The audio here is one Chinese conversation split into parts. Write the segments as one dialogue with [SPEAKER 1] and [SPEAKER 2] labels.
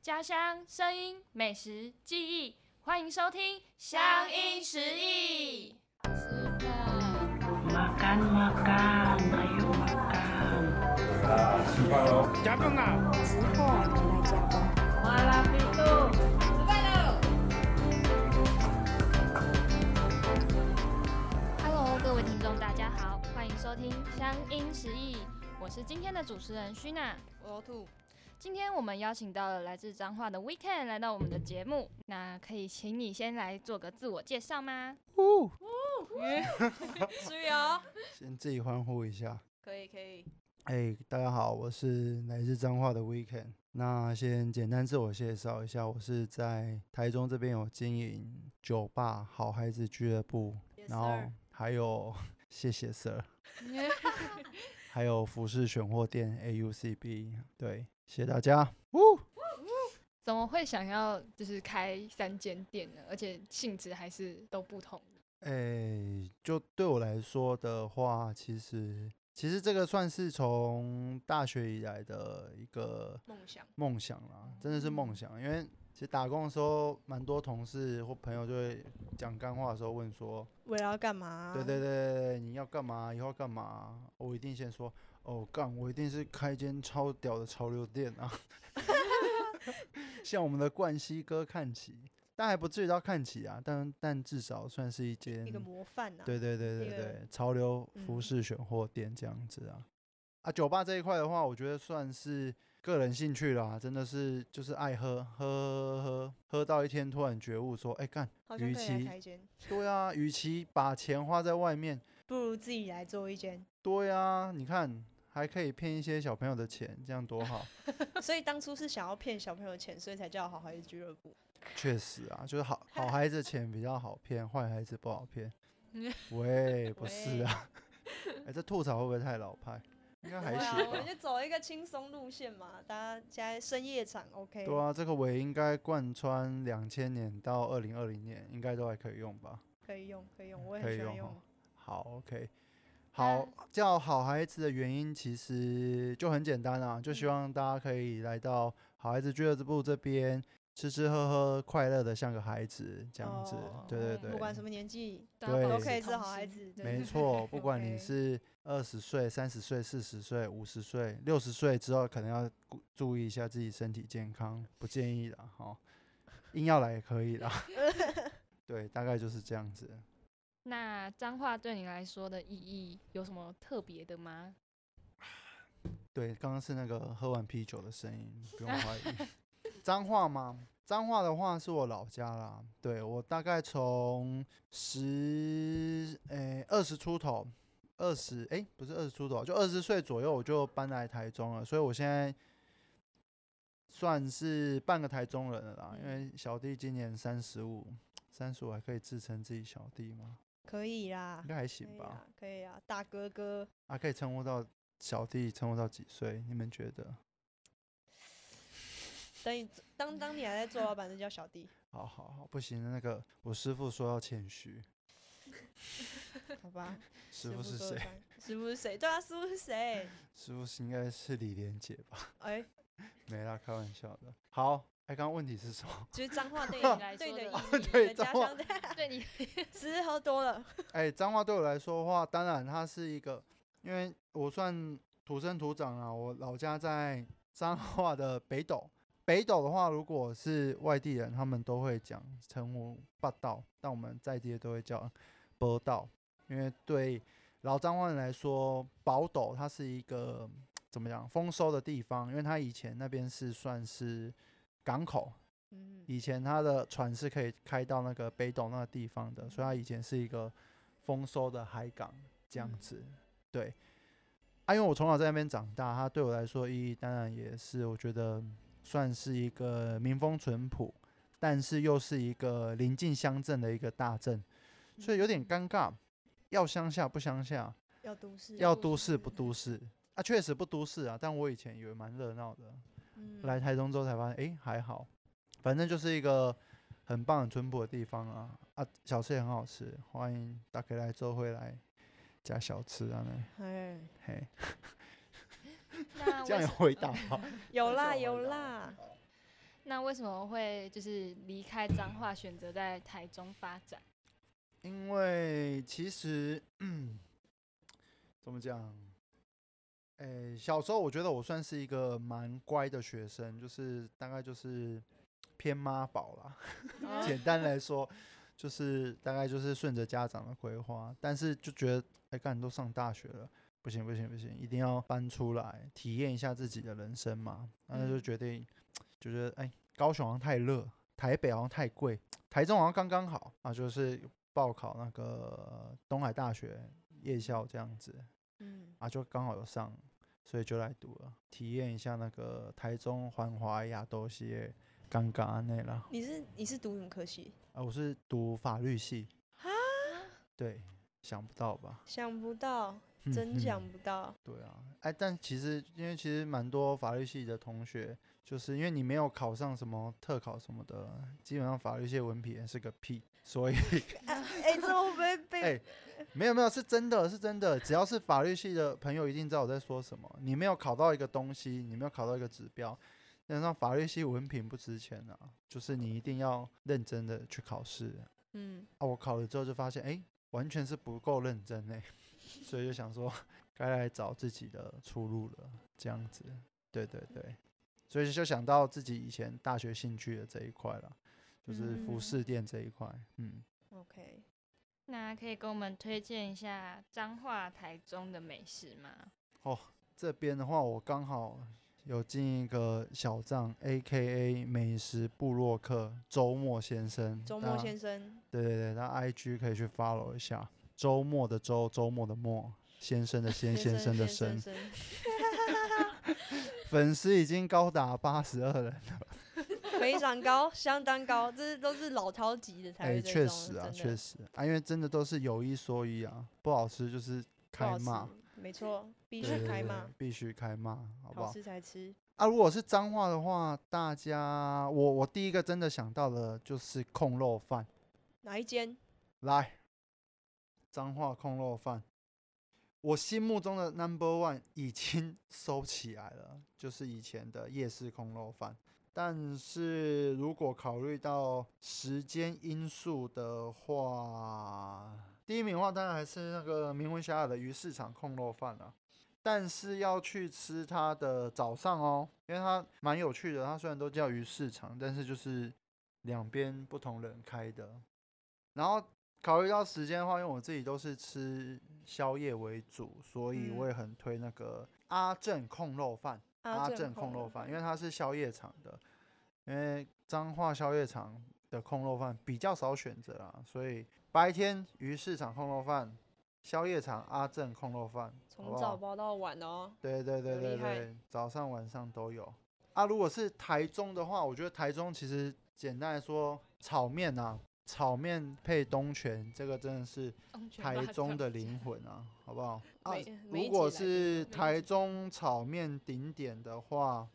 [SPEAKER 1] 家乡、声音、美食、记忆，欢迎收听《乡音识意》。
[SPEAKER 2] Makan, makan, ayo makan. Malam itu.
[SPEAKER 1] 哈喽，各位听众，大家好，欢迎收听《乡音识意》，我是今天的主持人徐娜。
[SPEAKER 3] 我吐。
[SPEAKER 1] 今天我们邀请到了来自彰化的 Weekend 来到我们的节目，那可以请你先来做个自我介绍吗？
[SPEAKER 3] 思雨哦，
[SPEAKER 4] 先自己欢呼一下。
[SPEAKER 3] 可以可以。
[SPEAKER 4] 哎、大家好，我是来自彰化的 Weekend。那先简单自我介绍一下，我是在台中这边有经营酒吧好孩子俱乐部
[SPEAKER 3] Yes,
[SPEAKER 4] 然后还有 谢谢 Sir，
[SPEAKER 3] sir
[SPEAKER 4] 还有服饰选货店 AUCB。对，谢谢大家。
[SPEAKER 5] 怎么会想要就是开三间店呢？而且性质还是都不同的。
[SPEAKER 4] 哎、就对我来说的话，其实其实这个算是从大学以来的一个
[SPEAKER 3] 梦想。
[SPEAKER 4] 梦想啦，
[SPEAKER 3] 嗯
[SPEAKER 4] 真的是梦想。因为其实打工的时候，蛮多同事或朋友就会讲干话的时候问说，
[SPEAKER 3] 为了要干嘛？啊
[SPEAKER 4] 对对对对对，你要干嘛？以后要干嘛？我一定先说，哦，干，我一定是开间超屌的潮流店 啊， 向我们的冠希哥看齐。但还不至于到看齐啊，但但至少算是一间
[SPEAKER 3] 一个模范呐、啊。
[SPEAKER 4] 嗯对对对
[SPEAKER 3] 一
[SPEAKER 4] 对
[SPEAKER 3] 个
[SPEAKER 4] 对，潮流服
[SPEAKER 3] 嗯
[SPEAKER 4] 饰选货店这样子啊。啊，酒吧这一块的话，我觉得算是个人兴趣啦，真的是就是爱喝，喝喝喝喝到一天突然觉悟说，哎干，
[SPEAKER 3] 好像可以
[SPEAKER 4] 与
[SPEAKER 3] 来
[SPEAKER 4] 其
[SPEAKER 3] 开一间，
[SPEAKER 4] 对啊，与其把钱花在外面，
[SPEAKER 3] 不如自己来做一间。
[SPEAKER 4] 对啊，你看还可以骗一些小朋友的钱，这样多好。
[SPEAKER 3] 所以当初是想要骗小朋友钱，所以才叫好孩子俱乐部。
[SPEAKER 4] 确实啊，就是好好孩子钱比较好骗，坏孩子不 好骗。喂，不是啊， 哎、这吐槽会不会太老派？应该还
[SPEAKER 3] 对
[SPEAKER 4] 行
[SPEAKER 3] 啊，我
[SPEAKER 4] 吧
[SPEAKER 3] 们。就走一个轻松路线嘛。大家现在深夜场 OK。
[SPEAKER 4] 对啊，这个尾应该贯穿两千年到二零二零年，应该都还可以用吧？
[SPEAKER 3] 可以用，可以用，我也
[SPEAKER 4] 可
[SPEAKER 3] 很
[SPEAKER 4] 以
[SPEAKER 3] 喜欢
[SPEAKER 4] 用哦好，OK。好，叫好孩子的原因其实就很简单啊，就
[SPEAKER 3] 嗯
[SPEAKER 4] 希望大家可以来到好孩子俱乐部这边，吃吃喝喝，快乐的像个孩子这样子。
[SPEAKER 3] 哦
[SPEAKER 4] 对对对，
[SPEAKER 3] 不管什么年纪
[SPEAKER 1] 啊
[SPEAKER 5] 大家
[SPEAKER 4] 对
[SPEAKER 3] 都
[SPEAKER 5] 保持
[SPEAKER 3] 可以是
[SPEAKER 5] 童
[SPEAKER 3] 好孩
[SPEAKER 5] 心。
[SPEAKER 3] 子。对
[SPEAKER 4] 没 错，不管你
[SPEAKER 3] OK
[SPEAKER 4] 是二十岁、三十岁、四十岁、五十岁、六十岁之后，可能要顾注意一下自己身体健康，不建议啦，哈、硬要来也可以啦。对，大概就是这样子。
[SPEAKER 1] 那彰化对你来说的意义有什么特别的吗？
[SPEAKER 4] 对，刚刚是那个喝完啤酒的声音，不用怀疑。 彰化吗？彰化的话是我老家啦，对我大概从十诶二十出头，二十诶不是二十出头，就二十岁左右我就搬来台中了，所以我现在算是半个台中人了啦。因为小弟今年三十五，三十五还可以自称自己小弟吗？
[SPEAKER 3] 可以啦
[SPEAKER 4] 应，该还
[SPEAKER 3] 可
[SPEAKER 4] 行
[SPEAKER 3] 以
[SPEAKER 4] 吧。
[SPEAKER 3] 啦，可以啦，大哥哥。
[SPEAKER 4] 啊，可以称呼到小弟，称呼到几岁？你们觉得？
[SPEAKER 3] 等你当当你还在做老板，那叫小弟，
[SPEAKER 4] 好好好，不行，那个我师傅说要谦虚，
[SPEAKER 3] 好吧？
[SPEAKER 4] 师傅是
[SPEAKER 3] 说了
[SPEAKER 4] 谁？
[SPEAKER 3] 算？师傅是谁？对啊，师傅是谁？
[SPEAKER 4] 师傅是应该是李连杰吧？
[SPEAKER 3] 哎，
[SPEAKER 4] 没啦，开玩笑的。好，哎，刚刚问题是什么？
[SPEAKER 3] 就是脏话对
[SPEAKER 1] 对
[SPEAKER 3] 你
[SPEAKER 1] 你来
[SPEAKER 3] 对
[SPEAKER 1] 说
[SPEAKER 3] 你的
[SPEAKER 1] 的意
[SPEAKER 3] 意义，
[SPEAKER 4] 哦 对
[SPEAKER 3] 你的家
[SPEAKER 4] 脏话
[SPEAKER 3] 乡的
[SPEAKER 1] 对 你
[SPEAKER 3] 吃喝多了，
[SPEAKER 4] 哎，脏话对我来说的话，当然它是一个，因为我算土生土长啊，我老家在彰化的北斗。北斗的话，如果是外地人，他们都会讲称呼“霸道”，但我们在地的都会叫“波道”，因为对老彰化人来说，宝斗它是一个怎么讲丰收的地方，因为它以前那边是算是港口，
[SPEAKER 3] 嗯，
[SPEAKER 4] 以前它的船是可以开到那个北斗那个地方的，所以它以前是一个丰收的海港这样子。对，啊，因为我从小在那边长大，它对我来说意义当然也是，我觉得算是一个民风淳朴，但是又是一个临近乡镇的一个大镇，所以有点尴尬，要乡下不乡下，
[SPEAKER 3] 要都市，
[SPEAKER 4] 要都市不都市。啊，确实不都市啊，但我以前以为蛮热闹的，
[SPEAKER 3] 嗯
[SPEAKER 4] 来台中之后才发现，诶，还好，反正就是一个很棒、很淳朴的地方啊啊，小吃也很好吃，欢迎大家来做会来加小吃啊，那
[SPEAKER 3] 哎，
[SPEAKER 4] 嘿，
[SPEAKER 1] 那
[SPEAKER 4] 这
[SPEAKER 1] 为
[SPEAKER 4] 样有回答吗？哦
[SPEAKER 3] 有啦
[SPEAKER 4] 这
[SPEAKER 3] 有
[SPEAKER 4] 种味道
[SPEAKER 3] 啦，
[SPEAKER 5] 那为什么会就是离开彰化，选择在台中发展？
[SPEAKER 4] 因为其实嗯怎么讲，诶、小时候我觉得我算是一个蛮乖的学生，就是大概就是偏妈宝啦。
[SPEAKER 3] 啊
[SPEAKER 4] 简单来说，就是大概就是顺着家长的规划，但是就觉得哎，干、都上大学了，不行不行不行，一定要搬出来体验一下自己的人生嘛。那就
[SPEAKER 5] 嗯
[SPEAKER 4] 决定，就觉得哎、高雄好像太热，台北好像太贵，台中好像刚刚好啊，就是报考那个东海大学夜校这样子
[SPEAKER 3] 嗯，
[SPEAKER 4] 啊，就刚好有上。所以就来读了，体验一下那个台中环华亚都些尴尬那啦。
[SPEAKER 3] 你是你是读什么科系？
[SPEAKER 4] 啊，我是读法律系对，想不到吧？
[SPEAKER 3] 想不到，
[SPEAKER 4] 嗯
[SPEAKER 3] 真
[SPEAKER 4] 嗯
[SPEAKER 3] 想不到。
[SPEAKER 4] 对啊，哎，但其实因为其实蛮多法律系的同学，就是因为你没有考上什么特考什么的，基本上法律系的文凭也是个屁，所以
[SPEAKER 3] 哎、这会不会被？
[SPEAKER 4] 哎没有没有是真的是真的，只要是法律系的朋友一定知道我在说什么。你没有考到一个东西，你没有考到一个指标，那上法律系文凭不值钱啊，就是你一定要认真的去考试。
[SPEAKER 3] 嗯，
[SPEAKER 4] 啊，我考了之后就发现，哎、完全是不够认真哎、 所以就想说，该来找自己的出路了，这样子，对对对，所以就想到自己以前大学兴趣的这一块了，就是服
[SPEAKER 3] 嗯
[SPEAKER 4] 饰店这一块，嗯，
[SPEAKER 3] OK，
[SPEAKER 5] 那可以跟我们推荐一下彰化、台中的美食吗？
[SPEAKER 4] 这边的话，我刚好有进一个小账，A K A 美食部落客周末先生，
[SPEAKER 3] 周
[SPEAKER 4] 大
[SPEAKER 3] 末
[SPEAKER 4] 家
[SPEAKER 3] 先生，
[SPEAKER 4] 对对对，那 IG 可以去 follow 一下，周末的周，周末的末，先生的先，先生 的
[SPEAKER 3] 先
[SPEAKER 4] 生。
[SPEAKER 3] 生，
[SPEAKER 4] 粉丝已经高达八十二人，
[SPEAKER 3] 非常高，相当高，这是都是老饕级的才
[SPEAKER 4] 哎，
[SPEAKER 3] 会这种
[SPEAKER 4] 确
[SPEAKER 3] 的。
[SPEAKER 4] 实
[SPEAKER 3] 真
[SPEAKER 4] 啊，
[SPEAKER 3] 的
[SPEAKER 4] 确实啊，因为真的都是有一说一啊，不好吃就是
[SPEAKER 3] 不好
[SPEAKER 4] 开
[SPEAKER 3] 吃
[SPEAKER 4] 骂，，
[SPEAKER 3] 没错，必
[SPEAKER 4] 对
[SPEAKER 3] 须
[SPEAKER 4] 对
[SPEAKER 3] 开
[SPEAKER 4] 对
[SPEAKER 3] 骂，
[SPEAKER 4] 必须开骂，好不
[SPEAKER 3] 好
[SPEAKER 4] 好？
[SPEAKER 3] 吃才吃。
[SPEAKER 4] 啊，如果是脏话的话，大家我我第一个真的想到的就是控肉饭，
[SPEAKER 3] 哪一间？
[SPEAKER 4] 来，脏话控肉饭，我心目中的 number one 已经 收起来了，就是以前的夜市控肉饭。但是如果考虑到时间因素的话，第一名的话当然还是那个名文遐迩的鱼市场控肉饭啊。但是要去吃它的早上哦，因为它蛮有趣的。它虽然都叫鱼市场，但是就是两边不同人开的。然后考虑到时间的话，因为我自己都是吃宵夜为主，所以
[SPEAKER 3] 嗯
[SPEAKER 4] 我也很推那个阿正控肉饭。
[SPEAKER 3] 啊
[SPEAKER 4] 阿啊正控肉饭，因为它是宵夜场的，因为彰化宵夜场的控肉饭比较少选择啊，所以白天鱼市场控肉饭，宵夜场阿正控肉饭，好
[SPEAKER 3] 从
[SPEAKER 4] 不
[SPEAKER 3] 早
[SPEAKER 4] 好？
[SPEAKER 3] 包到晚哦。
[SPEAKER 4] 对对对
[SPEAKER 3] 有
[SPEAKER 4] 对
[SPEAKER 3] 厉害
[SPEAKER 4] 对，早上晚上都有。啊，如果是台中的话，我觉得台中其实简单来说，炒面啊，炒面配东泉，这个真的是
[SPEAKER 5] 哦
[SPEAKER 4] 台中的灵魂啊，好不好？啊
[SPEAKER 3] 每，每
[SPEAKER 4] 如
[SPEAKER 3] 一
[SPEAKER 4] 果
[SPEAKER 3] 集来宾
[SPEAKER 4] 是
[SPEAKER 5] 每一
[SPEAKER 4] 台
[SPEAKER 5] 集
[SPEAKER 4] 中炒面顶点的话，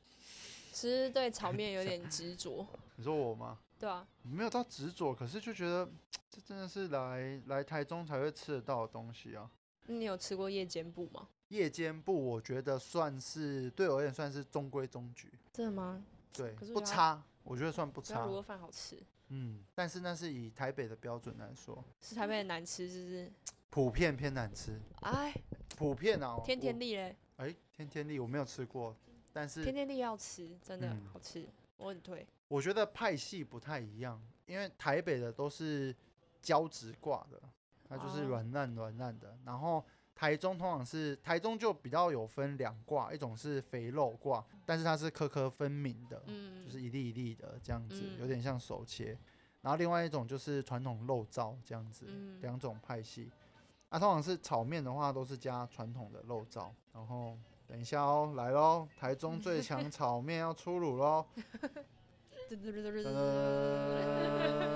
[SPEAKER 3] 是对炒面有点执着，
[SPEAKER 4] 你说我吗？
[SPEAKER 3] 对啊，
[SPEAKER 4] 没有到执着，可是就觉得这真的是来来台中才会吃得到的东西啊。
[SPEAKER 3] 你有吃过夜间部吗？
[SPEAKER 4] 夜间部我觉得算是对我而言算是中规中矩，
[SPEAKER 3] 真的吗？
[SPEAKER 4] 对
[SPEAKER 3] 可是，我
[SPEAKER 4] 不
[SPEAKER 3] 觉得它
[SPEAKER 4] 差，我觉得算不
[SPEAKER 3] 只要
[SPEAKER 4] 差
[SPEAKER 3] 卤。肉饭好吃，
[SPEAKER 4] 嗯，但是那是以台北的标准来说，
[SPEAKER 3] 是台北的难吃，就是
[SPEAKER 4] 普遍偏难吃，
[SPEAKER 3] 哎，
[SPEAKER 4] 普遍啊。
[SPEAKER 3] 天天
[SPEAKER 4] 我，
[SPEAKER 3] 利嘞，
[SPEAKER 4] 哎，天天利我没有吃过，但是
[SPEAKER 3] 天天利要吃，真的
[SPEAKER 4] 嗯
[SPEAKER 3] 好吃，我很推。
[SPEAKER 4] 我觉得派系不太一样，因为台北的都是胶质挂的，它就是
[SPEAKER 3] 哦
[SPEAKER 4] 软烂软烂的。然后台中通常是台中就比较有分两挂，一种是肥肉挂，但是它是颗颗分明的，
[SPEAKER 3] 嗯，
[SPEAKER 4] 就是一粒一粒的这样子，
[SPEAKER 3] 嗯
[SPEAKER 4] 有点像手切。然后另外一种就是传统肉燥这样子，
[SPEAKER 3] 嗯
[SPEAKER 4] 两种派系。啊，通常是炒面的话都是加传统的肉燥，然后等一下哦，来喽，台中最 强炒面要出炉喽。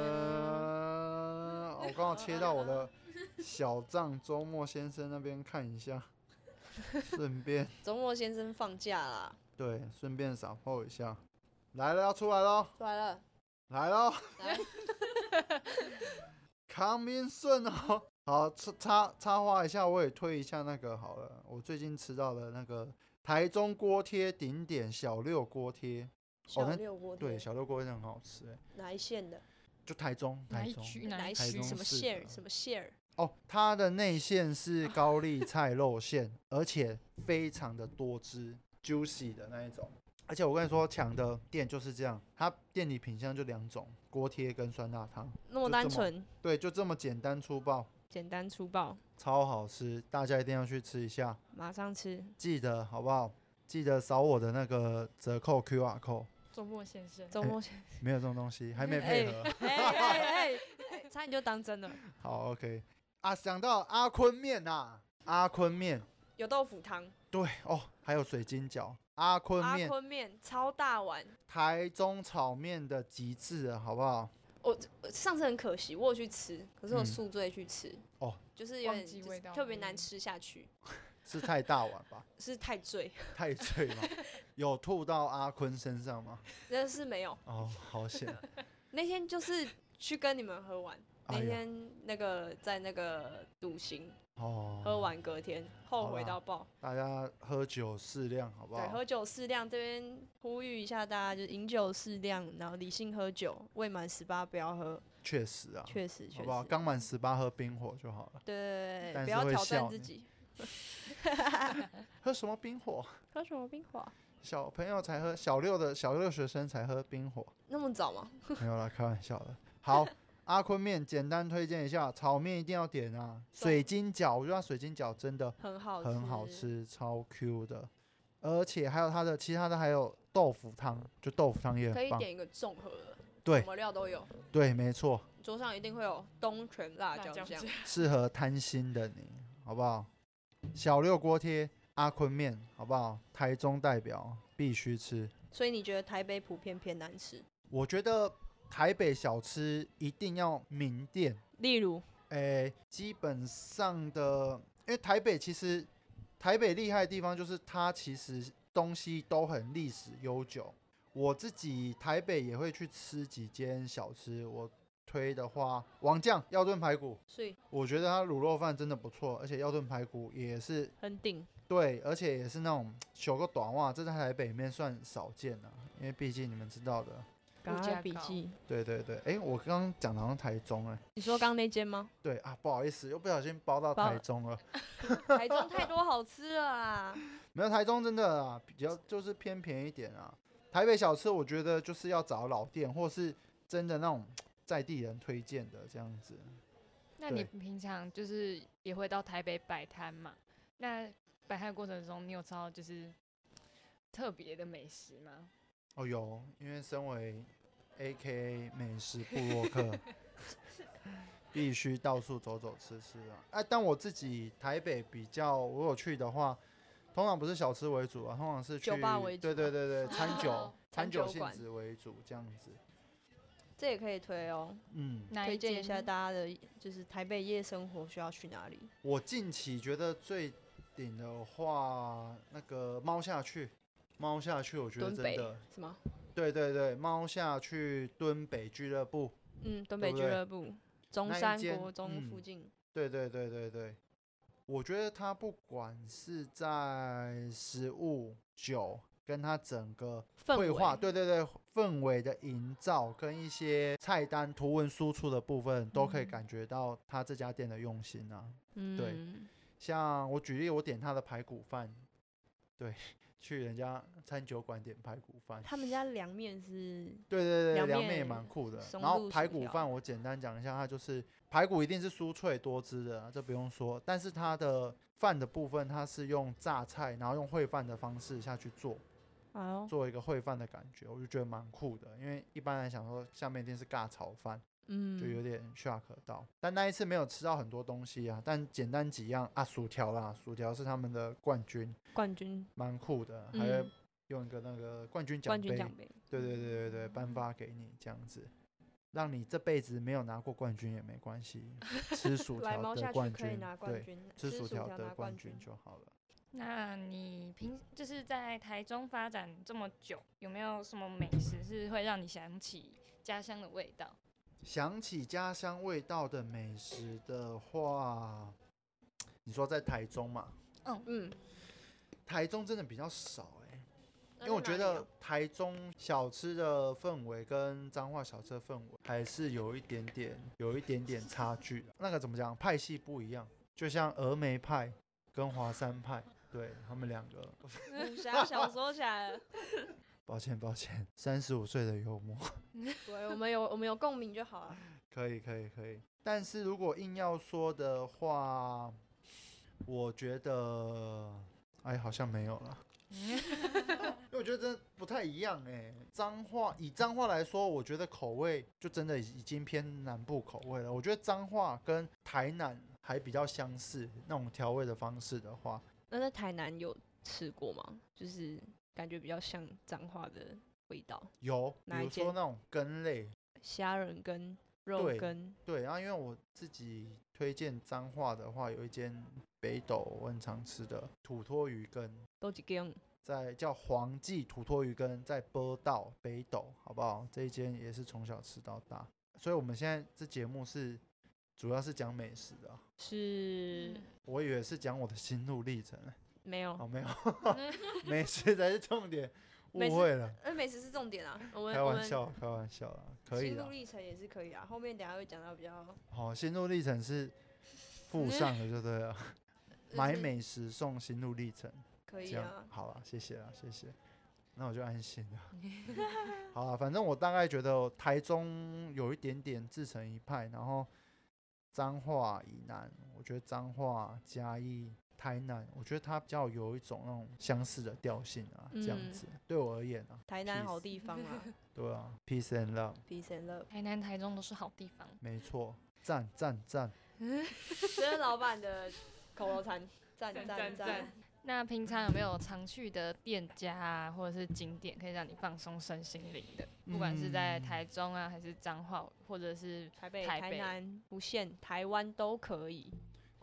[SPEAKER 4] 呃，我刚好切到我的小账周末先生那边看一下，顺便
[SPEAKER 3] 周末先生放假啦，
[SPEAKER 4] 对，顺便撒泡一下。来了，要出来喽，
[SPEAKER 3] 出来了，
[SPEAKER 4] 来喽
[SPEAKER 3] 来
[SPEAKER 4] ，Coming soon 哦。好，插插插话一下，我也推一下那个好了，我最近吃到的那个台中锅贴顶点小六锅贴，
[SPEAKER 3] 小
[SPEAKER 4] 那
[SPEAKER 3] 六锅
[SPEAKER 4] 对，
[SPEAKER 3] 贴，
[SPEAKER 4] 小六锅真的很好吃、欸，
[SPEAKER 3] 哪一县的？
[SPEAKER 4] 就台中，
[SPEAKER 5] 哪
[SPEAKER 4] 台
[SPEAKER 5] 一
[SPEAKER 4] 中。
[SPEAKER 5] 区
[SPEAKER 3] 哪
[SPEAKER 5] 哪
[SPEAKER 3] 一
[SPEAKER 5] 一
[SPEAKER 4] 台
[SPEAKER 5] 区
[SPEAKER 4] 中？
[SPEAKER 3] 什么
[SPEAKER 4] 市
[SPEAKER 3] 馅儿？
[SPEAKER 4] 的啊
[SPEAKER 3] 什么馅儿？
[SPEAKER 4] 哦，它的内馅是高丽菜肉馅，而且非常的多汁，juicy 的那一种。而且我跟你说，抢的店就是这样，它店里品相就两种，锅贴跟酸辣汤。
[SPEAKER 3] 那么
[SPEAKER 4] 就
[SPEAKER 3] 单
[SPEAKER 4] 这么
[SPEAKER 3] 纯，
[SPEAKER 4] 对，就这么简单粗暴，
[SPEAKER 3] 简单粗暴，
[SPEAKER 4] 超好吃，大家一定要去吃一下，
[SPEAKER 3] 马上吃。
[SPEAKER 4] 记得好不好？记得扫我的那个折扣 QR code，
[SPEAKER 5] 周末先生，
[SPEAKER 3] 周
[SPEAKER 4] 哎
[SPEAKER 3] 末去，
[SPEAKER 4] 没有这种东西，还没配合。
[SPEAKER 3] 哎哎哎哎，差点就当真了。
[SPEAKER 4] 好，OK。啊，想到阿坤面呐、阿坤面，
[SPEAKER 3] 有豆腐汤，
[SPEAKER 4] 对哦，还有水晶饺，阿坤
[SPEAKER 3] 阿
[SPEAKER 4] 面，
[SPEAKER 3] 坤面超大碗。
[SPEAKER 4] 台中炒面的极致了，好不好？
[SPEAKER 3] 上次很可惜，我有去吃，可是我
[SPEAKER 4] 嗯
[SPEAKER 3] 宿醉去吃，
[SPEAKER 4] 哦，
[SPEAKER 3] 就是有
[SPEAKER 5] 忘
[SPEAKER 3] 点
[SPEAKER 5] 记
[SPEAKER 3] 就是
[SPEAKER 5] 味道
[SPEAKER 3] 特别难
[SPEAKER 5] 嗯
[SPEAKER 3] 吃下去，
[SPEAKER 4] 是太大碗吧？
[SPEAKER 3] 是太醉，
[SPEAKER 4] 太脆吗？有吐到阿坤身上吗？
[SPEAKER 3] 但是没有。
[SPEAKER 4] 哦，好险！
[SPEAKER 3] 那天就是去跟你们喝完，
[SPEAKER 4] 哎
[SPEAKER 3] 那
[SPEAKER 4] 呀，
[SPEAKER 3] 天那个在那个笃行喝
[SPEAKER 4] 哦，
[SPEAKER 3] 完，隔天后悔到爆。
[SPEAKER 4] 大家喝酒适量，好不
[SPEAKER 3] 对，
[SPEAKER 4] 好
[SPEAKER 3] 喝？酒适量，这边呼吁一下大家，就是饮酒适量，然后理性喝酒，未满十八不要喝。
[SPEAKER 4] 确实啊，
[SPEAKER 3] 确实，确
[SPEAKER 4] 好
[SPEAKER 3] 实
[SPEAKER 4] 不，好？刚满十八喝冰火就好了。
[SPEAKER 3] 对，
[SPEAKER 4] 但
[SPEAKER 3] 不
[SPEAKER 4] 是
[SPEAKER 3] 要
[SPEAKER 4] 会
[SPEAKER 3] 挑战
[SPEAKER 4] 笑
[SPEAKER 3] 自
[SPEAKER 4] 你
[SPEAKER 3] 己。
[SPEAKER 4] 喝什么冰火？
[SPEAKER 3] 喝什么冰啊华？
[SPEAKER 4] 小朋友才喝，小六的小六学生才喝冰 火。
[SPEAKER 3] 那么早吗？
[SPEAKER 4] 没有啦，开玩笑的。好，阿坤面简单推荐一下，炒面一定要点 啊。水晶饺，我觉得它水晶饺真的
[SPEAKER 3] 很好吃，
[SPEAKER 4] 很好。吃，超 Q 的，而且还有它的其他的还有豆腐汤，就豆腐汤也
[SPEAKER 3] 可
[SPEAKER 4] 很
[SPEAKER 3] 以
[SPEAKER 4] 棒。
[SPEAKER 3] 点一个综合的，
[SPEAKER 4] 对
[SPEAKER 3] 什么料都有，
[SPEAKER 4] 对，没错，
[SPEAKER 3] 桌上一定会有东泉辣椒酱。
[SPEAKER 4] 适合贪心的你，好不好？小六锅贴、阿坤面，好不好？台中代表必须吃。
[SPEAKER 3] 所以你觉得台北普遍偏难吃？
[SPEAKER 4] 我觉得台北小吃一定要名店，
[SPEAKER 3] 例如
[SPEAKER 4] 诶、基本上的，因为台北其实台北厉害的地方就是它其实东西都很历史悠久。我自己台北也会去吃几间小吃，我推的话，王酱药炖排骨，
[SPEAKER 3] 所以
[SPEAKER 4] 我觉得它卤肉饭真的不错，而且药炖排骨也是
[SPEAKER 3] 很顶，
[SPEAKER 4] 对，而且也是那种小个短袜，这在台北里面算少见了、因为毕竟你们知道的，
[SPEAKER 5] 物价高。
[SPEAKER 4] 对对对，诶，我刚刚讲的好像台中诶，
[SPEAKER 3] 你说刚那间吗？
[SPEAKER 4] 对啊，不好意思，又不小心包到
[SPEAKER 3] 包
[SPEAKER 4] 台中了。
[SPEAKER 3] 台中太多好吃了啊！
[SPEAKER 4] 没有台中真的啊，比较就是偏便宜一点啊。台北小吃我觉得就是要找老店，或是真的那种在地人推荐的这样子。
[SPEAKER 5] 那你
[SPEAKER 4] 对
[SPEAKER 5] 平常就是也会到台北摆摊嘛？那摆摊的过程中，你有吃到就是特别的美食吗？
[SPEAKER 4] 哦，有，因为身为 A K A 美食部落 客，必须到处走走吃吃啊。哎、但我自己台北比较，我有去的话，通常不是小吃为主啊，通常是去
[SPEAKER 3] 酒吧为主
[SPEAKER 4] 对对对对，餐酒、
[SPEAKER 5] 哦
[SPEAKER 4] 餐
[SPEAKER 3] 餐
[SPEAKER 4] 酒
[SPEAKER 3] 酒
[SPEAKER 4] 性
[SPEAKER 3] 馆
[SPEAKER 4] 质为主这样子。
[SPEAKER 3] 这也可以推哦，
[SPEAKER 4] 嗯，
[SPEAKER 5] 哪
[SPEAKER 3] 推
[SPEAKER 5] 一
[SPEAKER 3] 荐
[SPEAKER 5] 间
[SPEAKER 3] 一下大家的，就是台北夜生活需要去哪里？
[SPEAKER 4] 我近期觉得最顶的话，那个猫下去，猫下去，我觉得
[SPEAKER 3] 敦
[SPEAKER 4] 真
[SPEAKER 3] 北
[SPEAKER 4] 的，
[SPEAKER 3] 是吗？
[SPEAKER 4] 对对对，猫下去敦北俱乐部，
[SPEAKER 3] 嗯，东
[SPEAKER 4] 对
[SPEAKER 3] 北
[SPEAKER 4] 不
[SPEAKER 3] 俱
[SPEAKER 4] 对
[SPEAKER 3] 乐部、中
[SPEAKER 4] 那一
[SPEAKER 3] 山
[SPEAKER 4] 间
[SPEAKER 3] 国中
[SPEAKER 4] 嗯
[SPEAKER 3] 附近，
[SPEAKER 4] 对对对对对，我觉得它不管是在食物、酒，跟它整个
[SPEAKER 3] 氛
[SPEAKER 4] 绘画，
[SPEAKER 3] 围
[SPEAKER 4] 对对对，氛围的营造跟一些菜单图文输出的部分，都可以
[SPEAKER 5] 嗯
[SPEAKER 4] 感觉到它这家店的用心啊。对
[SPEAKER 3] 嗯，
[SPEAKER 4] 像我举例，我点他的排骨饭，对，去人家餐酒馆点排骨饭，
[SPEAKER 3] 他们家凉面是
[SPEAKER 4] 对对对，
[SPEAKER 3] 凉
[SPEAKER 4] 凉面也
[SPEAKER 3] 面
[SPEAKER 4] 蛮酷的。
[SPEAKER 3] 松
[SPEAKER 4] 然后
[SPEAKER 3] 露
[SPEAKER 4] 排
[SPEAKER 3] 薯
[SPEAKER 4] 骨
[SPEAKER 3] 条
[SPEAKER 4] 饭我简单讲一下，它就是排骨一定是酥脆多汁的啊，这不用说。但是它的饭的部分，它是用榨菜，然后用烩饭的方式下去做，
[SPEAKER 3] 哦，
[SPEAKER 4] 做一个烩饭的感觉，我就觉得蛮酷的。因为一般来讲说，下面一定是尬炒饭，就有
[SPEAKER 3] 嗯，
[SPEAKER 4] 点 shock 到。但那一次没有吃到很多东西啊，但简单几样啊，薯条啦，薯条是他们的冠军。
[SPEAKER 3] 冠军
[SPEAKER 4] 蛮酷的，还会
[SPEAKER 3] 嗯
[SPEAKER 4] 用一个那个冠军奖
[SPEAKER 3] 冠
[SPEAKER 4] 杯，
[SPEAKER 3] 军奖杯，嗯
[SPEAKER 4] 对对对对对，颁发给你这样子，让你这辈子没有拿过冠军也没关系，吃薯
[SPEAKER 3] 来
[SPEAKER 4] 条
[SPEAKER 3] 猫下
[SPEAKER 4] 得
[SPEAKER 3] 去
[SPEAKER 4] 冠
[SPEAKER 3] 可以
[SPEAKER 4] 军
[SPEAKER 3] 拿，冠
[SPEAKER 4] 对，
[SPEAKER 3] 军，
[SPEAKER 4] 吃薯条
[SPEAKER 3] 拿
[SPEAKER 4] 得
[SPEAKER 3] 冠
[SPEAKER 4] 冠军就好了。
[SPEAKER 5] 那你平就是在台中发展这么久，有没有什么美食是会让你想起家乡的味道？
[SPEAKER 4] 想起家乡味道的美食的话，你说在台中嘛？
[SPEAKER 3] 嗯，
[SPEAKER 4] 台中真的比较少哎、因为我觉
[SPEAKER 3] 啊
[SPEAKER 4] 得台中小吃的氛围跟彰化小吃的氛围还是有一点点、有一点点差距的。那个怎么讲，派系不一样，就像峨眉派跟华山派，对他们两个，
[SPEAKER 3] 武侠小说起来了，
[SPEAKER 4] 抱歉抱歉， 三十五岁的幽默，
[SPEAKER 3] 对，我们有我们有共鸣就好啊了。
[SPEAKER 4] 可以可以可以。但是如果硬要说的话，我觉得，哎，好像没有了。
[SPEAKER 5] 嗯
[SPEAKER 4] 因为我觉得真的不太一样哎、彰化以彰化来说，我觉得口味就真的已经偏南部口味了。我觉得彰化跟台南还比较相似，那种调味的方式的话，
[SPEAKER 3] 那在台南有吃过吗？就是感觉比较像彰化的味道，
[SPEAKER 4] 有比
[SPEAKER 3] 哪一
[SPEAKER 4] 如说
[SPEAKER 3] 间
[SPEAKER 4] 那种根类，
[SPEAKER 3] 虾仁跟肉
[SPEAKER 4] 对
[SPEAKER 3] 跟
[SPEAKER 4] 对。然后因为我自己推荐彰化的话，有一间北斗我很常吃的土托鱼羹，
[SPEAKER 3] 都几根，
[SPEAKER 4] 在叫黄记土托鱼羹，在波道北斗，好不好？这一间也是从小吃到大，所以我们现在这节目是主要是讲美食的啊，
[SPEAKER 3] 是
[SPEAKER 4] 我以为是讲我的心路历程，
[SPEAKER 3] 没有
[SPEAKER 4] 哦，没有，美食才是重点，误
[SPEAKER 3] 美食
[SPEAKER 4] 会了，
[SPEAKER 3] 那美食是重点啊，我们
[SPEAKER 4] 开
[SPEAKER 3] 我
[SPEAKER 4] 玩
[SPEAKER 3] 们
[SPEAKER 4] 笑，开玩笑啦，可以
[SPEAKER 3] 心
[SPEAKER 4] 的
[SPEAKER 3] 路，历程也是可以啊，后面等一下会讲到比较
[SPEAKER 4] 好、心路历程是附上的就对 了， 买
[SPEAKER 3] 就是
[SPEAKER 4] 美食送心路历程。
[SPEAKER 3] 可以
[SPEAKER 4] 这样
[SPEAKER 3] 啊，
[SPEAKER 4] 好了，谢谢啦，谢谢。那我就安心 了。好啊了，反正我大概觉得台中有一点点自成一派，然后彰化以南，我觉得彰化、嘉义、台南，我觉得它比较有一种那种相似的调性啊，这样
[SPEAKER 3] 嗯
[SPEAKER 4] 子对我而言啊，
[SPEAKER 3] 台南好
[SPEAKER 4] peace
[SPEAKER 3] 地方啊
[SPEAKER 4] 对啊，peace and love，
[SPEAKER 3] ，peace and love。
[SPEAKER 5] 台南、台中都是好地方。
[SPEAKER 4] 没错，赞赞赞。
[SPEAKER 3] 这是老板的口头 禅，赞
[SPEAKER 5] 赞
[SPEAKER 3] 赞
[SPEAKER 5] 赞
[SPEAKER 3] 赞
[SPEAKER 5] 赞！那平常有没有常去的店家啊，或者是景点可以让你放松身心灵的？不管是在
[SPEAKER 4] 嗯
[SPEAKER 5] 台中啊，还是彰化，或者是
[SPEAKER 3] 台北、
[SPEAKER 5] 台
[SPEAKER 3] 台
[SPEAKER 5] 北
[SPEAKER 3] 南、无限、台湾都可以。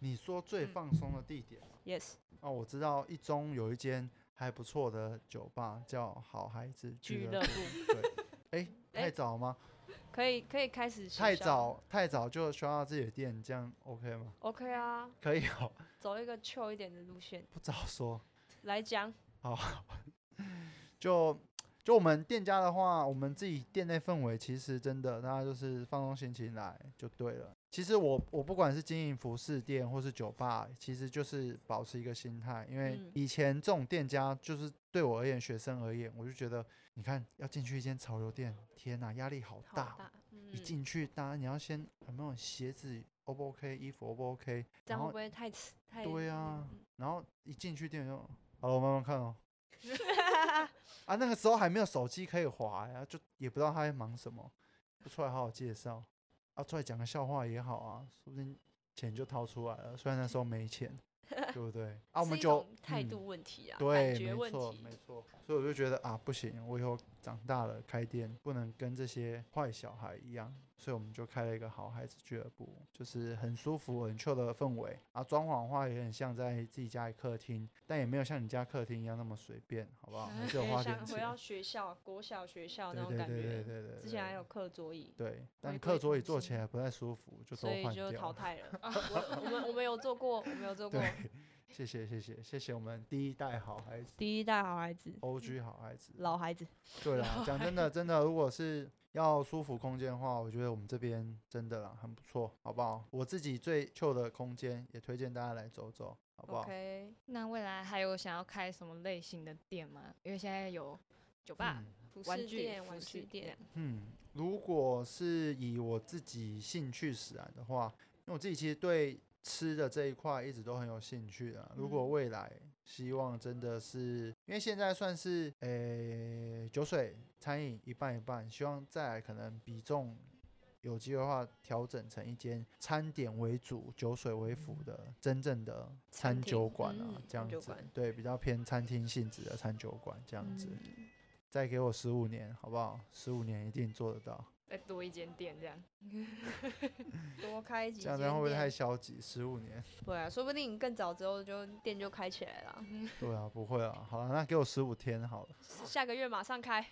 [SPEAKER 4] 你说最
[SPEAKER 5] 嗯
[SPEAKER 4] 放松的地点。
[SPEAKER 3] Yes，
[SPEAKER 4] 哦，我知道一中有一间还不错的酒吧，叫好孩子
[SPEAKER 3] 俱
[SPEAKER 4] 俱
[SPEAKER 3] 乐
[SPEAKER 4] 乐
[SPEAKER 3] 部
[SPEAKER 4] 部。对， 哎、
[SPEAKER 3] 哎
[SPEAKER 4] 太早吗？
[SPEAKER 3] 可以可以开始行销。
[SPEAKER 4] 太早太早就宣到自己的店，这样 OK 吗？
[SPEAKER 3] ，OK 啊，
[SPEAKER 4] 可以哦，
[SPEAKER 3] 走一个 chill 一点的路线
[SPEAKER 4] 不早说。
[SPEAKER 3] 来讲。
[SPEAKER 4] 就就我们店家的话，我们自己店内氛围其实真的，大家就是放松心情来就对了。其实我我不管是经营服饰店或是酒吧，其实就是保持一个心态，因为
[SPEAKER 3] 嗯
[SPEAKER 4] 以前这种店家就是对我而言，学生而言，我就觉得你看要进去一间潮流店，天哪，压力好
[SPEAKER 3] 好
[SPEAKER 4] 大。
[SPEAKER 3] 大，嗯
[SPEAKER 4] 一，进去，大家你要先有没有鞋子 O 不 OK，衣服 O 不 OK，
[SPEAKER 3] 这
[SPEAKER 4] 然
[SPEAKER 3] 样会
[SPEAKER 4] 后
[SPEAKER 3] 不会太刺太？
[SPEAKER 4] 对啊
[SPEAKER 3] 嗯，
[SPEAKER 4] 然后一进去店就，好了，我慢慢看哦。
[SPEAKER 3] 嗯
[SPEAKER 4] 啊，那个时候还没有手机可以滑呀、就也不知道他在忙什么，不出来好好介绍，啊，出来讲个笑话也好啊，说不定钱就掏出来了。虽然那时候没钱，对不对？啊，我
[SPEAKER 3] 是
[SPEAKER 4] 们
[SPEAKER 3] 一
[SPEAKER 4] 就
[SPEAKER 3] 种态
[SPEAKER 4] 嗯
[SPEAKER 3] 度问题啊，
[SPEAKER 4] 对，
[SPEAKER 3] 感觉
[SPEAKER 4] 没
[SPEAKER 3] 问
[SPEAKER 4] 错，
[SPEAKER 3] 题
[SPEAKER 4] 没。错。所以我就觉得啊，不行，我以后长大了开店不能跟这些坏小孩一样，所以我们就开了一个好孩子俱乐部，就是很舒服、很 chill 的氛围啊。装潢的话也很像在自己家里客厅，但也没有像你家客厅一样那么随便，好不好？还是 有
[SPEAKER 3] 有
[SPEAKER 4] 花
[SPEAKER 3] 点
[SPEAKER 4] 点
[SPEAKER 3] 像回到
[SPEAKER 4] 钱。
[SPEAKER 3] 学校、国小学校那
[SPEAKER 4] 对
[SPEAKER 3] 种
[SPEAKER 4] 对
[SPEAKER 3] 感
[SPEAKER 4] 对
[SPEAKER 3] 觉。
[SPEAKER 4] 对对对对。
[SPEAKER 3] 之前还有课桌椅，
[SPEAKER 4] 对，但
[SPEAKER 3] 回
[SPEAKER 4] 课
[SPEAKER 3] 归
[SPEAKER 4] 桌椅
[SPEAKER 3] 童
[SPEAKER 4] 坐
[SPEAKER 3] 心
[SPEAKER 4] 起来不太舒服，就都
[SPEAKER 3] 所以
[SPEAKER 4] 换
[SPEAKER 3] 就
[SPEAKER 4] 掉
[SPEAKER 3] 淘
[SPEAKER 4] 了。
[SPEAKER 3] 汰了。 我我们我们有做过，我们有做过
[SPEAKER 4] 对， 谢谢谢谢谢谢我们第一代好孩子
[SPEAKER 3] 第一代好孩子、
[SPEAKER 4] ，OG 好孩子。
[SPEAKER 3] 老孩子，
[SPEAKER 4] 对啦，讲真的，真的，如果是要舒服空间的话，我觉得我们这边真的啦很不错，好不好？我自己最 chill 的空间，也推荐大家来走走，好不好
[SPEAKER 3] OK，
[SPEAKER 5] 那未来还有想要开什么类型的店吗？因为现在有酒吧、
[SPEAKER 4] 嗯
[SPEAKER 3] 服
[SPEAKER 5] 玩
[SPEAKER 3] 饰
[SPEAKER 5] 具
[SPEAKER 3] 店、
[SPEAKER 5] 服
[SPEAKER 3] 玩
[SPEAKER 5] 饰
[SPEAKER 3] 具店，
[SPEAKER 4] 嗯，如果是以我自己兴趣使然的话，因为我自己其实对吃的这一块一直都很有兴趣的。如果
[SPEAKER 3] 嗯
[SPEAKER 4] 未来希望真的是，因为现在算是诶、酒水餐饮一半一半，希望再来可能比重有机会的话调整成一间餐点为主、酒水为辅的真正的
[SPEAKER 3] 嗯餐
[SPEAKER 4] 餐
[SPEAKER 3] 厅
[SPEAKER 4] 酒馆啊，
[SPEAKER 3] 嗯
[SPEAKER 4] 这
[SPEAKER 3] 餐
[SPEAKER 4] 样
[SPEAKER 3] 酒
[SPEAKER 4] 子
[SPEAKER 3] 馆，
[SPEAKER 4] 对，比较偏餐厅性质的餐酒馆这样子。
[SPEAKER 3] 嗯
[SPEAKER 4] 再给我十五年，好不好？十五年一定做得到。
[SPEAKER 5] 再多一间店这样。
[SPEAKER 3] 多开几
[SPEAKER 4] 这样子会不会
[SPEAKER 3] 间
[SPEAKER 4] 太
[SPEAKER 3] 店
[SPEAKER 4] 消极？十五年？
[SPEAKER 3] 对啊，说不定你更早之后就店就开起来了，
[SPEAKER 4] 对啊，不会啊。好了，那给我十五天好了。
[SPEAKER 3] 下个月马上 开，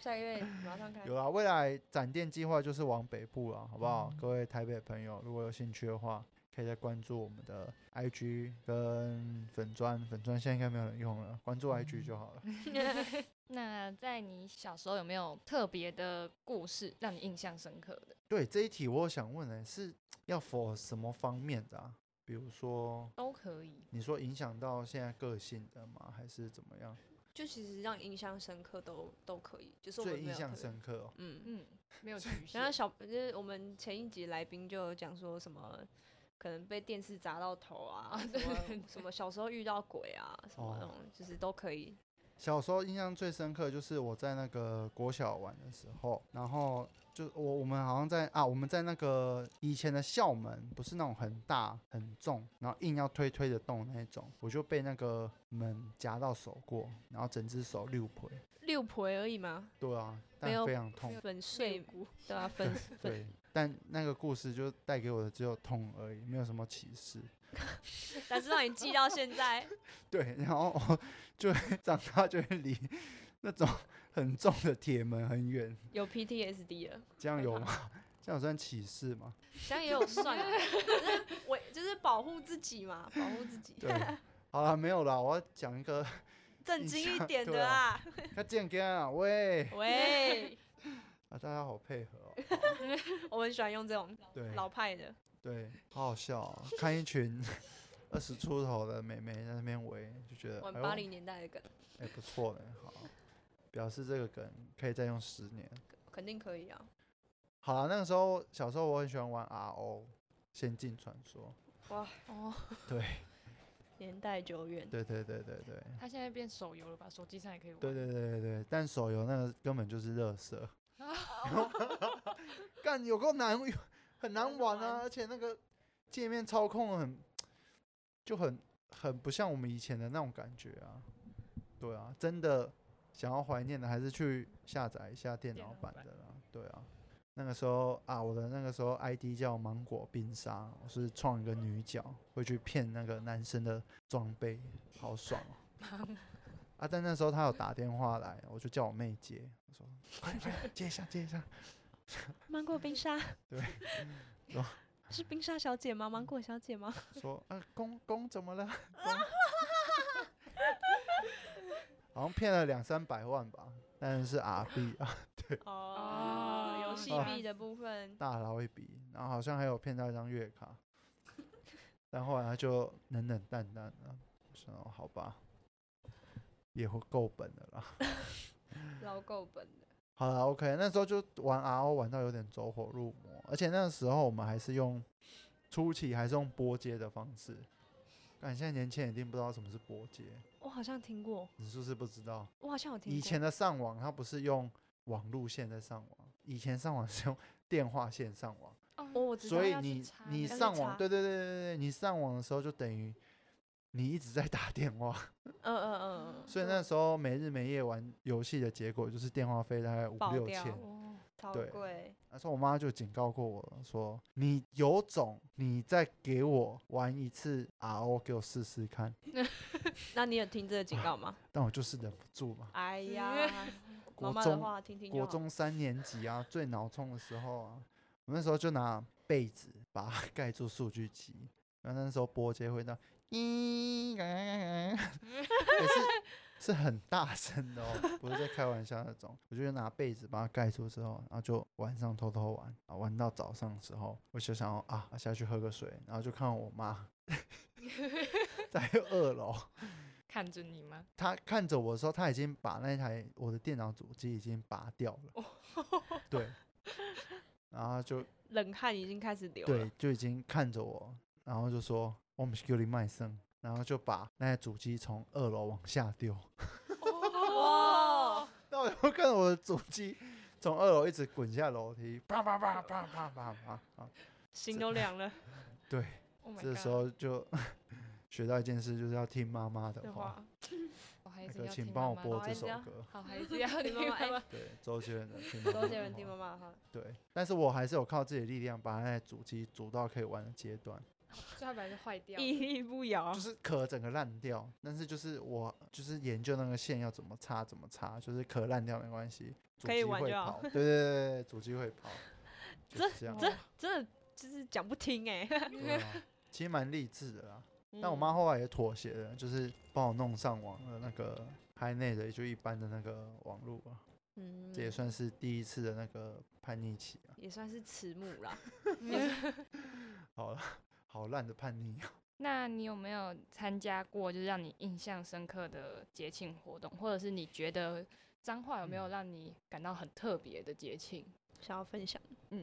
[SPEAKER 3] 下个月马上开。
[SPEAKER 4] 有啊，
[SPEAKER 3] 嗯
[SPEAKER 4] 未来展店计划就是往北部啊，好不好？各位台北朋友，如果有兴趣的话，可以再关注我们的 IG 跟粉砖，粉砖现在应该没有人用了，关注 IG 就好了。
[SPEAKER 3] 嗯
[SPEAKER 5] 那在你小时候有没有特别的故事让你印象深刻的？
[SPEAKER 4] 对这一题，我想问的是要 for 什么方面的啊？比如说，
[SPEAKER 5] 都可以。
[SPEAKER 4] 你说影响到现在个性的吗？还是怎么样？
[SPEAKER 3] 就其实让印象深刻都都可以，就是我们
[SPEAKER 4] 最
[SPEAKER 3] 没有
[SPEAKER 4] 印象
[SPEAKER 3] 特别
[SPEAKER 4] 深刻、哦，
[SPEAKER 3] 嗯。
[SPEAKER 5] 嗯，没有局限
[SPEAKER 3] 然后。小就是我们前一集来宾就有讲说什么，可能被电视砸到头啊，什么 什么小时候遇到鬼啊，什么那
[SPEAKER 4] 哦
[SPEAKER 3] 种，就是都可以。
[SPEAKER 4] 小时候印象最深刻就是我在那个国小玩的时候，然后就我我们好像在啊，我们在那个以前的校门，不是那种很大很重，然后硬要推推得动的那种，我就被那个门夹到手过，然后整只手六腿。
[SPEAKER 3] 六婆而已嘛，
[SPEAKER 4] 对啊，但
[SPEAKER 3] 没有
[SPEAKER 4] 非常痛。
[SPEAKER 3] 粉碎对 啊，粉粉
[SPEAKER 4] 对，但那个故事就带给我的只有痛而已，没有什么启示。
[SPEAKER 3] 但是让你记到现在，
[SPEAKER 4] 对，然后我就会长大就会离那种很重的铁门很远，
[SPEAKER 3] 有 PTSD 了，
[SPEAKER 4] 这样有吗？ 这样有算启示吗？
[SPEAKER 3] 这样也有算啊， 就是我就是保护自己嘛，保护自己，
[SPEAKER 4] 对，好了，没有啦，我要讲一个，
[SPEAKER 3] 正
[SPEAKER 4] 印
[SPEAKER 3] 经一
[SPEAKER 4] 象
[SPEAKER 3] 点
[SPEAKER 4] 对
[SPEAKER 3] 的
[SPEAKER 4] 啊
[SPEAKER 3] 啊，
[SPEAKER 4] 他健康啊，喂
[SPEAKER 3] 喂，
[SPEAKER 4] 啊，大家好配合哦，
[SPEAKER 3] 我很喜欢用这种
[SPEAKER 4] 对
[SPEAKER 3] 老派的，
[SPEAKER 4] 对，好好笑、哦，看一群 二十出头的妹妹在那边围，就觉得
[SPEAKER 3] 玩
[SPEAKER 4] 哎呦
[SPEAKER 3] 八零年代的梗，
[SPEAKER 4] 哎、不错嘞，好，表示这个梗可以再用十年。
[SPEAKER 3] 肯定可以啊。
[SPEAKER 4] 好了，那个时候小时候我很喜欢玩 RO，《仙境传说
[SPEAKER 3] 哇哦，
[SPEAKER 4] 对，
[SPEAKER 3] 年代久远》，，
[SPEAKER 4] 对对对对对。
[SPEAKER 5] 它现在变手游了吧？手机上也可以玩。哦
[SPEAKER 4] 对对对对对，但手游那个根本就是热色，干有够难， 很难
[SPEAKER 3] 难
[SPEAKER 4] 玩啊！
[SPEAKER 3] 玩
[SPEAKER 4] 而且那个界面操控很，就很很不像我们以前的那种感觉啊。对啊，真的想要怀念的，还是去下载一下电
[SPEAKER 5] 电
[SPEAKER 4] 脑
[SPEAKER 5] 脑
[SPEAKER 4] 版
[SPEAKER 5] 版
[SPEAKER 4] 的啦。对啊，那个时候啊，我的那个时候 ID 叫芒果冰沙，我是创一个女角，会去骗那个男生的装备，好爽 哦、啊！但那时候他有打电话来，我就叫我妹接，我说 快点快点接一下接一下，
[SPEAKER 3] 芒果冰沙，
[SPEAKER 4] 对，哦嗯
[SPEAKER 3] 是冰沙小姐吗？芒果小姐吗？
[SPEAKER 4] 说啊公公怎么了？公好像骗了两三百万吧，但是 R B 啊，
[SPEAKER 3] 哦，游戏
[SPEAKER 4] 哦
[SPEAKER 3] 币的部分，
[SPEAKER 4] 大捞一笔，然后好像还有骗到一张月卡，但后来他就冷冷淡淡了，我说哦好吧，也会够本的啦。
[SPEAKER 3] 老够本的，
[SPEAKER 4] 好了，OK，那时候就玩 RO 玩到有点走火入魔，而且那个时候我们还是用初期还是用波接的方式。但现在年轻人一定不知道什么是波接，
[SPEAKER 3] 我好像听过，
[SPEAKER 4] 你是不是不知道？
[SPEAKER 3] 我好像有听过。
[SPEAKER 4] 以前的上网它不是用网路线在上网，以前上网 是用电话线上网，
[SPEAKER 3] 哦，我知道
[SPEAKER 4] 所以
[SPEAKER 5] 要去
[SPEAKER 4] 你
[SPEAKER 5] 查
[SPEAKER 4] 你
[SPEAKER 3] 要去
[SPEAKER 4] 上
[SPEAKER 3] 查
[SPEAKER 4] 网，对对对对对，你上网的时候就等于你一直在打电话，
[SPEAKER 3] 嗯嗯嗯嗯，
[SPEAKER 4] 所以那时候没日没夜玩游戏的结果就是电话费大概五
[SPEAKER 3] 爆
[SPEAKER 4] 六
[SPEAKER 3] 掉
[SPEAKER 4] 千。
[SPEAKER 5] 哦，
[SPEAKER 3] 超
[SPEAKER 4] 对
[SPEAKER 3] 贵，
[SPEAKER 4] 那时候我妈就警告过我了，说你有种，你再给我玩一次 RO，给我试试看。
[SPEAKER 3] 那你有听这个警告吗？
[SPEAKER 4] 但我就是忍不住嘛，
[SPEAKER 3] 哎呀，妈
[SPEAKER 4] 国
[SPEAKER 3] 妈的
[SPEAKER 4] 中
[SPEAKER 3] 话听听就
[SPEAKER 4] 国
[SPEAKER 3] 好。
[SPEAKER 4] 中三年级啊，最脑冲的时候啊，我那时候就拿被子把它 盖住数据集，然后那时候波接会到，咦，也 是是很大声的哦，不是在开玩笑那种。我就拿被子把它盖住之后，然后就晚上偷偷玩，啊，玩到早上的时候，我就想要啊下去喝个水，然后就看到我妈 在二楼。
[SPEAKER 5] 看着你吗？
[SPEAKER 4] 他看着我的时候，他已经把那台我的电脑主机已经拔掉了，对，然后就
[SPEAKER 3] 冷汗已经开始流了
[SPEAKER 4] 对，，就已经看着我，然后就说我们是给你卖身，然后就把那台主机从二楼往下丢，
[SPEAKER 3] 哇，
[SPEAKER 4] 那我就看着我的主机从二楼一直滚下楼梯，啪啪啪啪啪啪啪啊！
[SPEAKER 3] 心都凉了。
[SPEAKER 4] 对，
[SPEAKER 5] Oh my
[SPEAKER 4] 这
[SPEAKER 5] god！
[SPEAKER 4] 时候就 学到一件事，就是要听妈妈的
[SPEAKER 3] 的
[SPEAKER 4] 话。
[SPEAKER 3] 话，
[SPEAKER 5] 我还
[SPEAKER 4] 那
[SPEAKER 5] 是
[SPEAKER 4] 个，
[SPEAKER 5] 要
[SPEAKER 4] 请
[SPEAKER 5] 听
[SPEAKER 4] 帮
[SPEAKER 5] 妈
[SPEAKER 4] 我
[SPEAKER 5] 妈哎
[SPEAKER 4] 播
[SPEAKER 3] 好
[SPEAKER 4] 这
[SPEAKER 3] 还
[SPEAKER 4] 首
[SPEAKER 3] 是要
[SPEAKER 4] 歌。
[SPEAKER 5] 好孩子要
[SPEAKER 3] 听
[SPEAKER 5] 听
[SPEAKER 3] 妈妈
[SPEAKER 5] 妈
[SPEAKER 3] 哎
[SPEAKER 5] 妈。
[SPEAKER 4] 对，周杰伦的《听妈妈
[SPEAKER 3] 周
[SPEAKER 4] 的
[SPEAKER 3] 杰伦
[SPEAKER 4] 话
[SPEAKER 3] 听妈妈的话，
[SPEAKER 4] 对，但是我还是有靠自己的力量把那台主机煮到可以玩的阶段，
[SPEAKER 5] 所以它本来是坏掉的，
[SPEAKER 3] 屹立不摇
[SPEAKER 4] 就。是壳整个烂掉，但是就是我就是研究那个线要怎么插怎么插，就是壳烂掉没关系，主
[SPEAKER 3] 可以
[SPEAKER 4] 机
[SPEAKER 3] 玩
[SPEAKER 4] 会
[SPEAKER 3] 就好
[SPEAKER 4] 跑，对对对
[SPEAKER 5] 哦
[SPEAKER 4] 对，主机会跑，就是这样，
[SPEAKER 3] 真的就是讲不听哎、
[SPEAKER 4] 对啊其实蛮励志的啦。
[SPEAKER 3] 嗯
[SPEAKER 4] 但我妈后来也妥协了，就是帮我弄上网了那个海内的，也就一般的那个网络啊，
[SPEAKER 3] 嗯
[SPEAKER 4] 这也算是第一次的那个叛逆期啊。
[SPEAKER 3] 也算是慈母啦。
[SPEAKER 4] 好了，好烂的叛逆啊！
[SPEAKER 5] 那你有没有参加过就是让你印象深刻的节庆活动，或者是你觉得彰化有没有
[SPEAKER 4] 嗯
[SPEAKER 5] 让你感到很特别的节庆？
[SPEAKER 3] 想要分享，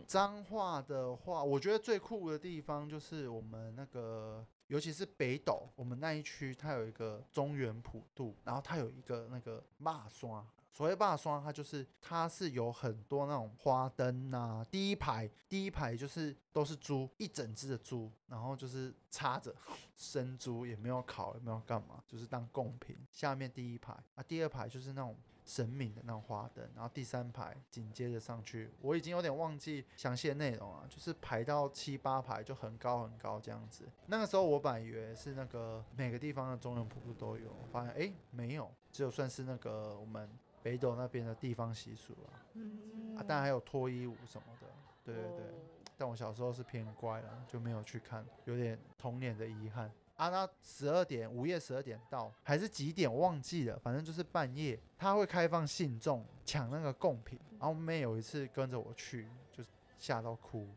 [SPEAKER 4] 脏话的话，我觉得最酷的地方就是我们那个，尤其是北斗，我们那一区它有一个中原普渡，然后它有一个那个骂刷。所谓霸刷，它就是它是有很多那种花灯啊，第一排第一排就是都是猪，一整只的猪，然后就是插着 生猪，也没有烤，也没有干嘛，就是当贡品。下面第一排啊，第二排就是那种神明的那种花灯，然后第三排紧接着上去，我已经有点忘记详细的内容了，就是排到七八排就很高很高这样子。那个时候我本来以为是那个每个地方的中原普渡都有，我发现诶没有，只有算是那个我们北斗那边的地方习俗了、
[SPEAKER 3] 嗯
[SPEAKER 4] 啊，
[SPEAKER 5] 嗯
[SPEAKER 4] 当然还有脱衣舞什么的，对对对。
[SPEAKER 5] 哦
[SPEAKER 4] 但我小时候是偏乖啦，就没有去看，有点童年的遗憾。啊，那十二点，午夜十二点到还是几点忘记了，反正就是半夜，他会开放信众抢那个贡品。然后我妹有一次跟着我去，就吓到哭，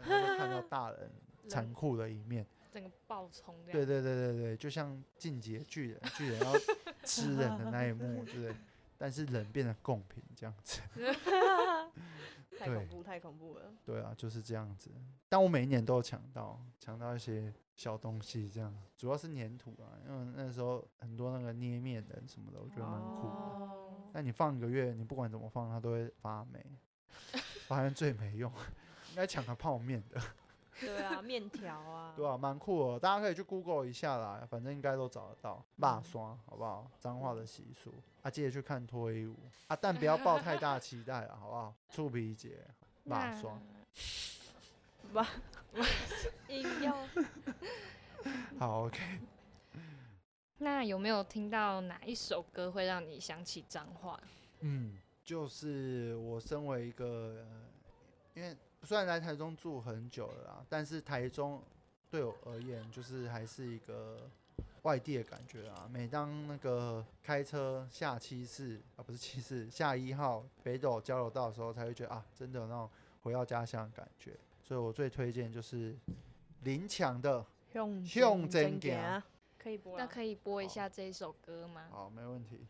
[SPEAKER 4] 然后就看到大人残酷的一面。
[SPEAKER 5] 整个爆冲这
[SPEAKER 4] 对
[SPEAKER 5] 样，
[SPEAKER 4] 对对对对，就像进阶巨人，巨人要吃人的那一幕，对不 对？但是人变成贡品这样子。
[SPEAKER 3] 太
[SPEAKER 4] 对
[SPEAKER 3] 恐怖，太恐怖了。
[SPEAKER 4] 对啊，就是这样子。但我每一年都有抢到，抢到一些小东西，这样主要是粘土啊，因为那时候很多那个捏面人什么的，我觉得蛮酷的。
[SPEAKER 3] 哦
[SPEAKER 4] 但你放一个月，你不管怎么放，它都会发霉，发现最没用，应该抢个泡面的，
[SPEAKER 3] 对啊，面条啊，
[SPEAKER 4] 对啊，蛮酷的，大家可以去 Google 一下啦，反正应该都找得到。霸刷好不好？脏话的习俗啊，记得去看脱衣舞啊，但不要抱太大期待啊了，好不好？触鼻节，霸
[SPEAKER 5] 那
[SPEAKER 4] 刷。
[SPEAKER 3] 硬要
[SPEAKER 4] 好，OK。
[SPEAKER 5] 那有没有听到哪一首歌会让你想起彰化？
[SPEAKER 4] 嗯，就是我身为一个，呃、因为虽然来台中住很久了啦，但是台中对我而言就是还是一个外地的感觉啊。每当那个开车下七四啊，不是七四，下一号北斗交流道的时候，才会觉得啊，真的有那种回到家乡的感觉。所以我最推荐就是林强的，
[SPEAKER 3] 用
[SPEAKER 4] 用真
[SPEAKER 3] 真
[SPEAKER 4] 行，
[SPEAKER 3] 可以播
[SPEAKER 5] 那
[SPEAKER 3] 啦。
[SPEAKER 5] 可以播一
[SPEAKER 4] 啊好
[SPEAKER 5] 下这一首歌吗？
[SPEAKER 4] 好，没问题。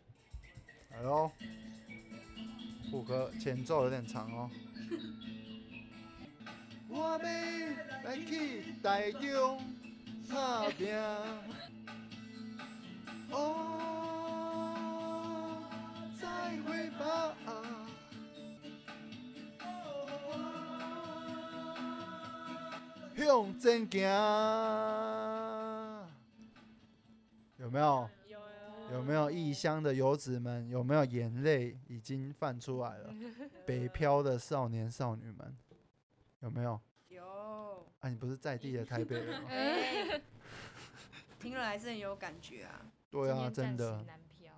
[SPEAKER 4] 来喽，副歌前奏有点长哦。我要来去台中打拼。哦，再会吧。向前行，有没有？有没有异乡的游子们？有没有眼泪已经泛出 来了？北漂的少年少女们，有没有？
[SPEAKER 6] 有，
[SPEAKER 4] 啊，你不是在地的台北
[SPEAKER 5] 嗯
[SPEAKER 4] 人吗？
[SPEAKER 6] 哎 听了还是很有感觉啊。
[SPEAKER 4] 对啊，
[SPEAKER 5] 今天
[SPEAKER 4] 真
[SPEAKER 5] 暂时
[SPEAKER 4] 的，
[SPEAKER 5] 南漂，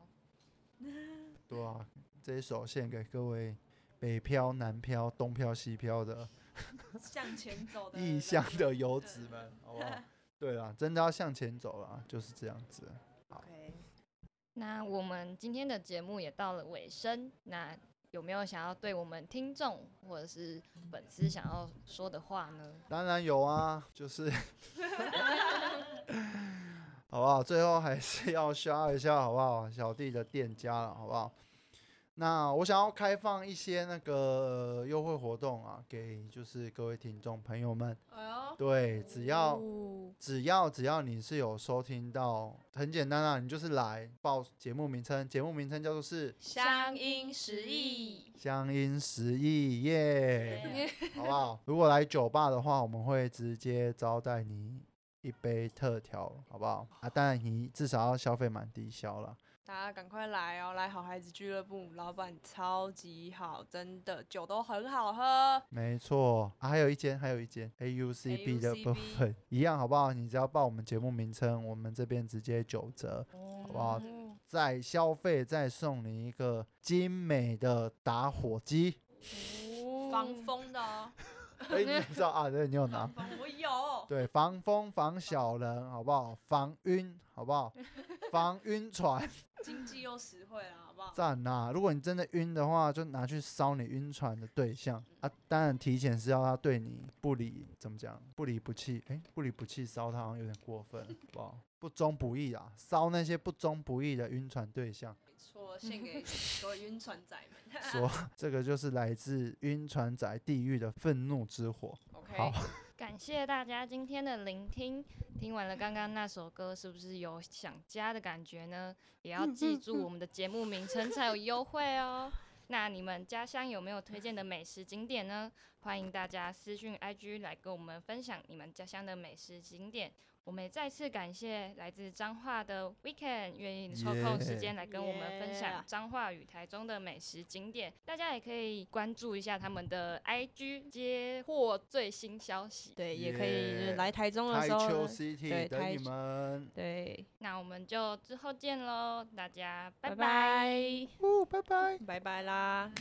[SPEAKER 4] 对啊，这一首献给各位北漂、南漂、东漂、西漂的
[SPEAKER 6] 向前走 的
[SPEAKER 4] 异
[SPEAKER 6] 人
[SPEAKER 4] 乡的游子们，好 不好？对啊，真的要向前走了，就是这样子。
[SPEAKER 6] ，OK，
[SPEAKER 5] 那我们今天的节目也到了尾声，那有没有想要对我们听众或者是粉丝想要说的话呢？
[SPEAKER 4] 当然有啊，就是，好不好？最后还是要刷一下，好不好？小弟的店家了，好不好？那我想要开放一些那个优惠活动啊，给就是各位听众朋友们。
[SPEAKER 6] 哎呦，
[SPEAKER 4] 对，只要
[SPEAKER 3] 哦
[SPEAKER 4] 只要只要你是有收听到，很简单啊，你就是来报节目名称，节目名称叫做是
[SPEAKER 6] 乡音识意，
[SPEAKER 4] 乡音识意耶，好不好？ 如果来酒吧的话，我们会直接招待你一杯特调，好不好？啊，当然你至少要消费满低消啦。
[SPEAKER 3] 大家赶快来哦！来好孩子俱乐部，老板超级好，真的酒都很好喝。
[SPEAKER 4] 没错啊，还有一间，还有一间 AUCB 的
[SPEAKER 3] AUCB
[SPEAKER 4] 部分一样，好不好？你只要报我们节目名称，我们这边直接九折，
[SPEAKER 5] 嗯
[SPEAKER 4] 好不好？再消费再送你一个精美的打火机，
[SPEAKER 5] 嗯
[SPEAKER 3] 防风的哦，
[SPEAKER 4] 哎，你知道啊？对，你有拿。
[SPEAKER 6] 我有，
[SPEAKER 4] 对，防风防小人，好不好？防晕，好不好？防晕船，
[SPEAKER 6] 经济又实惠了，好不好？
[SPEAKER 4] 赞呐、如果你真的晕的话，就拿去烧你晕船的对象啊。当然，提前是要他对你不离，怎么讲？不离不弃，哎、不离不弃，烧他好像有点过分，好不好？不忠不义啊，烧那些不忠不义的晕船 对象。
[SPEAKER 6] 没错，献给所有晕船仔们。
[SPEAKER 4] 说这个就是来自晕船仔地狱的愤怒之火。
[SPEAKER 6] OK，
[SPEAKER 4] 好，
[SPEAKER 5] 感谢大家今天的聆听。听完了刚刚那首歌，是不是有想家的感觉呢？也要记住我们的节目名称才有优惠哦。那你们家乡有没有推荐的美食景点呢？欢迎大家私讯 IG 来跟我们分享你们家乡的美食景点。我们也再次感谢来自彰化的 Weekend 愿意抽空时间来跟我们分享
[SPEAKER 3] Yeah
[SPEAKER 5] 彰化与台中的美食景点。大家也可以关注一下他们的 IG，接获最新消息。
[SPEAKER 3] 对，也可以就是
[SPEAKER 4] 耶
[SPEAKER 3] 来台中的
[SPEAKER 4] 台
[SPEAKER 3] 时候
[SPEAKER 4] 球
[SPEAKER 3] 呢，对
[SPEAKER 4] City 等
[SPEAKER 3] 台
[SPEAKER 4] 你们，
[SPEAKER 3] 对，
[SPEAKER 5] 那我们就之后见喽，大家拜
[SPEAKER 3] 拜
[SPEAKER 5] 拜
[SPEAKER 3] 拜，
[SPEAKER 4] 哦，拜拜。
[SPEAKER 3] 拜拜啦。